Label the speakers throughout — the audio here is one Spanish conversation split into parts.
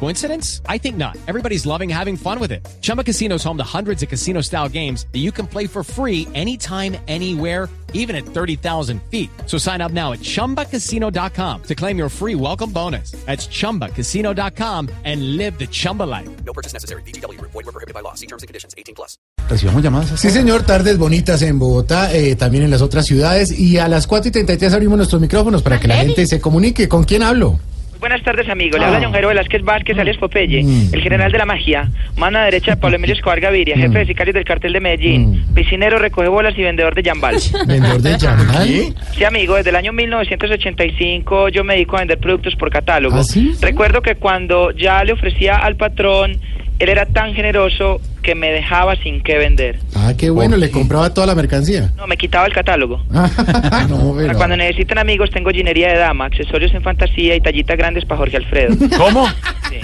Speaker 1: Coincidence? I think not. Everybody's loving having fun with it. Chumba Casino is home to hundreds of casino style games that you can play for free anytime, anywhere even at 30,000 feet. So sign up now at ChumbaCasino.com to claim your free welcome bonus. That's ChumbaCasino.com and live the Chumba life.
Speaker 2: No purchase necessary. BGW. Void were prohibited by law. See terms and conditions. 18 plus.
Speaker 3: Recibamos llamadas.
Speaker 4: Sí, señor, tardes bonitas en Bogotá, eh, también en las otras ciudades. Y a las 4 y 33 abrimos nuestros micrófonos para que la gente se comunique. ¿Con quién hablo?
Speaker 5: Muy Buenas tardes, amigo.
Speaker 4: Ah.
Speaker 5: Le habla John Jairo Velázquez
Speaker 4: Mm.
Speaker 5: Vázquez, alias Popeye, el general de la magia, mano derecha de
Speaker 4: Mm.
Speaker 5: Pablo Emilio Escobar Gaviria, jefe de sicarios del cartel de Medellín, piscinero, recoge bolas y vendedor de jambal. sí,
Speaker 4: Vendedor de Yamal.
Speaker 5: amigo, desde el año 1985 yo me dedico a vender productos por catálogo.
Speaker 4: ¿Ah, sí?
Speaker 5: Recuerdo que cuando ya le ofrecía al patrón, él era tan generoso que me dejaba sin qué vender.
Speaker 4: Ah, qué bueno, le compraba toda la mercancía.
Speaker 5: No, me quitaba el catálogo.
Speaker 4: no,
Speaker 5: Para
Speaker 4: pero...
Speaker 5: Ah, cuando necesitan amigos, tengo ginería de dama, accesorios en fantasía y tallitas grandes para Jorge Alfredo.
Speaker 3: ¿Cómo?
Speaker 5: Sí.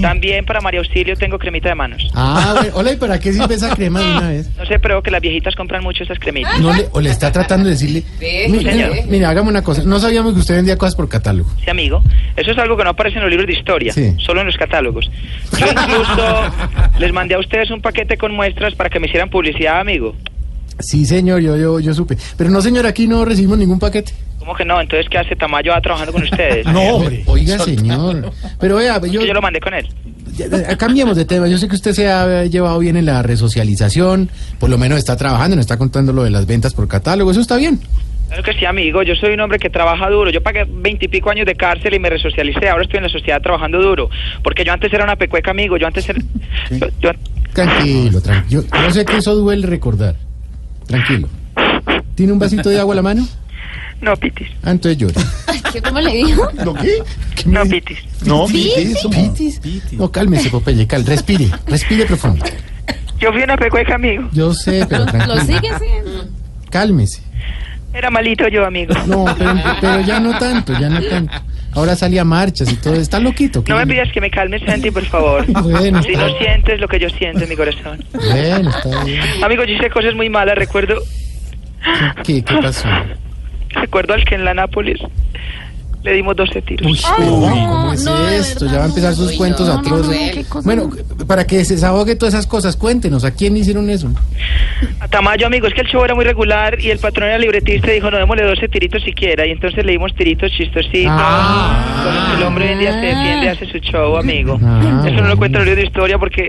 Speaker 5: También para María Auxilio tengo cremita de manos.
Speaker 4: Ah, bueno, hola, ¿y para qué sirve esa crema de una vez?
Speaker 5: No sé, pero que las viejitas compran mucho esas cremitas.
Speaker 4: No le, o le está tratando de decirle, mira,
Speaker 5: señor.
Speaker 4: mira, hagamos una cosa, no sabíamos que usted vendía cosas por catálogo.
Speaker 5: Sí, amigo. Eso es algo que no aparece en los libros de historia,
Speaker 4: Sí.
Speaker 5: solo en los catálogos. Yo incluso les mandé a ustedes un paquete con muestras para que me hicieran publicidad, amigo.
Speaker 4: Sí, señor, yo, yo, yo supe. Pero no, señor, aquí no recibimos ningún paquete.
Speaker 5: ¿Cómo que no? Entonces, ¿qué hace Tamayo ah, trabajando con ustedes?
Speaker 3: No, hombre.
Speaker 4: Oiga, señor. Pero vea, yo,
Speaker 5: Yo lo mandé con él.
Speaker 4: Ya, ya, Cambiemos de tema. Yo sé que usted se ha llevado bien en la resocialización, por lo menos está trabajando, nos está contando lo de las ventas por catálogo. Eso está bien.
Speaker 5: Claro que sí, amigo. Yo soy un hombre que trabaja duro. Yo pagué veintipico años de cárcel y me resocialicé. Ahora estoy en la sociedad trabajando duro. Porque yo antes era una pecueca, amigo. Yo antes era... yo- yo-
Speaker 4: Tranquilo, tranquilo. Yo, yo sé que eso duele recordar. Tranquilo. ¿Tiene un vasito de agua a la mano?
Speaker 5: No, Pitis.
Speaker 4: Ah, entonces llora.
Speaker 6: ¿Qué, ¿Cómo le dijo?
Speaker 4: ¿Lo qué?
Speaker 5: No, Pitis.
Speaker 3: No,
Speaker 6: Sí, sí.
Speaker 4: ¿Pitis? No, cálmese, Popeye, cal, respire, respire profundo.
Speaker 5: Yo fui una pecueca, amigo.
Speaker 4: Yo sé, pero
Speaker 6: Lo
Speaker 4: tranquilo.
Speaker 6: sigue haciendo.
Speaker 4: Cálmese.
Speaker 5: Era malito yo, amigo.
Speaker 4: No, pero, pero ya no tanto, ya no tanto. Ahora sale a marchas y todo. Está loquito. ¿qué?
Speaker 5: No me pidas que me calme, Santi, por favor.
Speaker 4: Bueno.
Speaker 5: Si no sientes lo que yo siento en mi corazón.
Speaker 4: Bueno, está bien.
Speaker 5: Amigo, yo hice cosas muy malas. Recuerdo,
Speaker 4: ¿Qué, qué pasó?
Speaker 5: recuerdo al que en la Nápoles le dimos 12 tiros.
Speaker 4: Uy, pero ¿cómo es
Speaker 6: no, de
Speaker 4: esto?
Speaker 6: verdad,
Speaker 4: Ya va a empezar
Speaker 6: no.
Speaker 4: sus
Speaker 6: Uy,
Speaker 4: cuentos
Speaker 6: no, no,
Speaker 4: atroces.
Speaker 6: no, qué cosa
Speaker 4: bueno, para que se desahogue todas esas cosas, cuéntenos, ¿a quién le hicieron eso?
Speaker 5: A Tamayo, amigo, es que el show era muy regular y el patrón era libretista y dijo, no, démosle 12 tiritos siquiera. Y entonces le dimos tiritos chistositos.
Speaker 4: Ah.
Speaker 5: Con los que el hombre hoy en día se defiende, hace su show, amigo.
Speaker 4: Ah,
Speaker 5: Eso no
Speaker 4: bueno.
Speaker 5: lo cuento en el libro de historia porque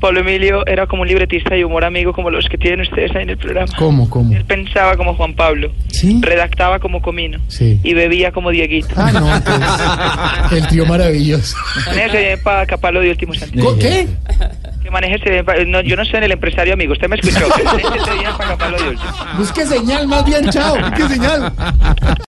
Speaker 5: Pablo Emilio era como un libretista de humor, amigo, como los que tienen ustedes ahí en el programa.
Speaker 4: ¿Cómo, cómo?
Speaker 5: Él pensaba como Juan Pablo,
Speaker 4: ¿Sí?
Speaker 5: redactaba como Comino
Speaker 4: Sí.
Speaker 5: y bebía como Dieguito.
Speaker 4: Ah, no, pues, el tío maravilloso.
Speaker 5: Manéjese bien para capar lo de último Santi.
Speaker 4: ¿Co- ¿Qué?
Speaker 5: Que manéjese bien pa- no, yo no soy el empresario, amigo. Usted me escuchó. Que manéjese bien para capar lo de último.
Speaker 4: Busque señal, más bien, chao, busque señal.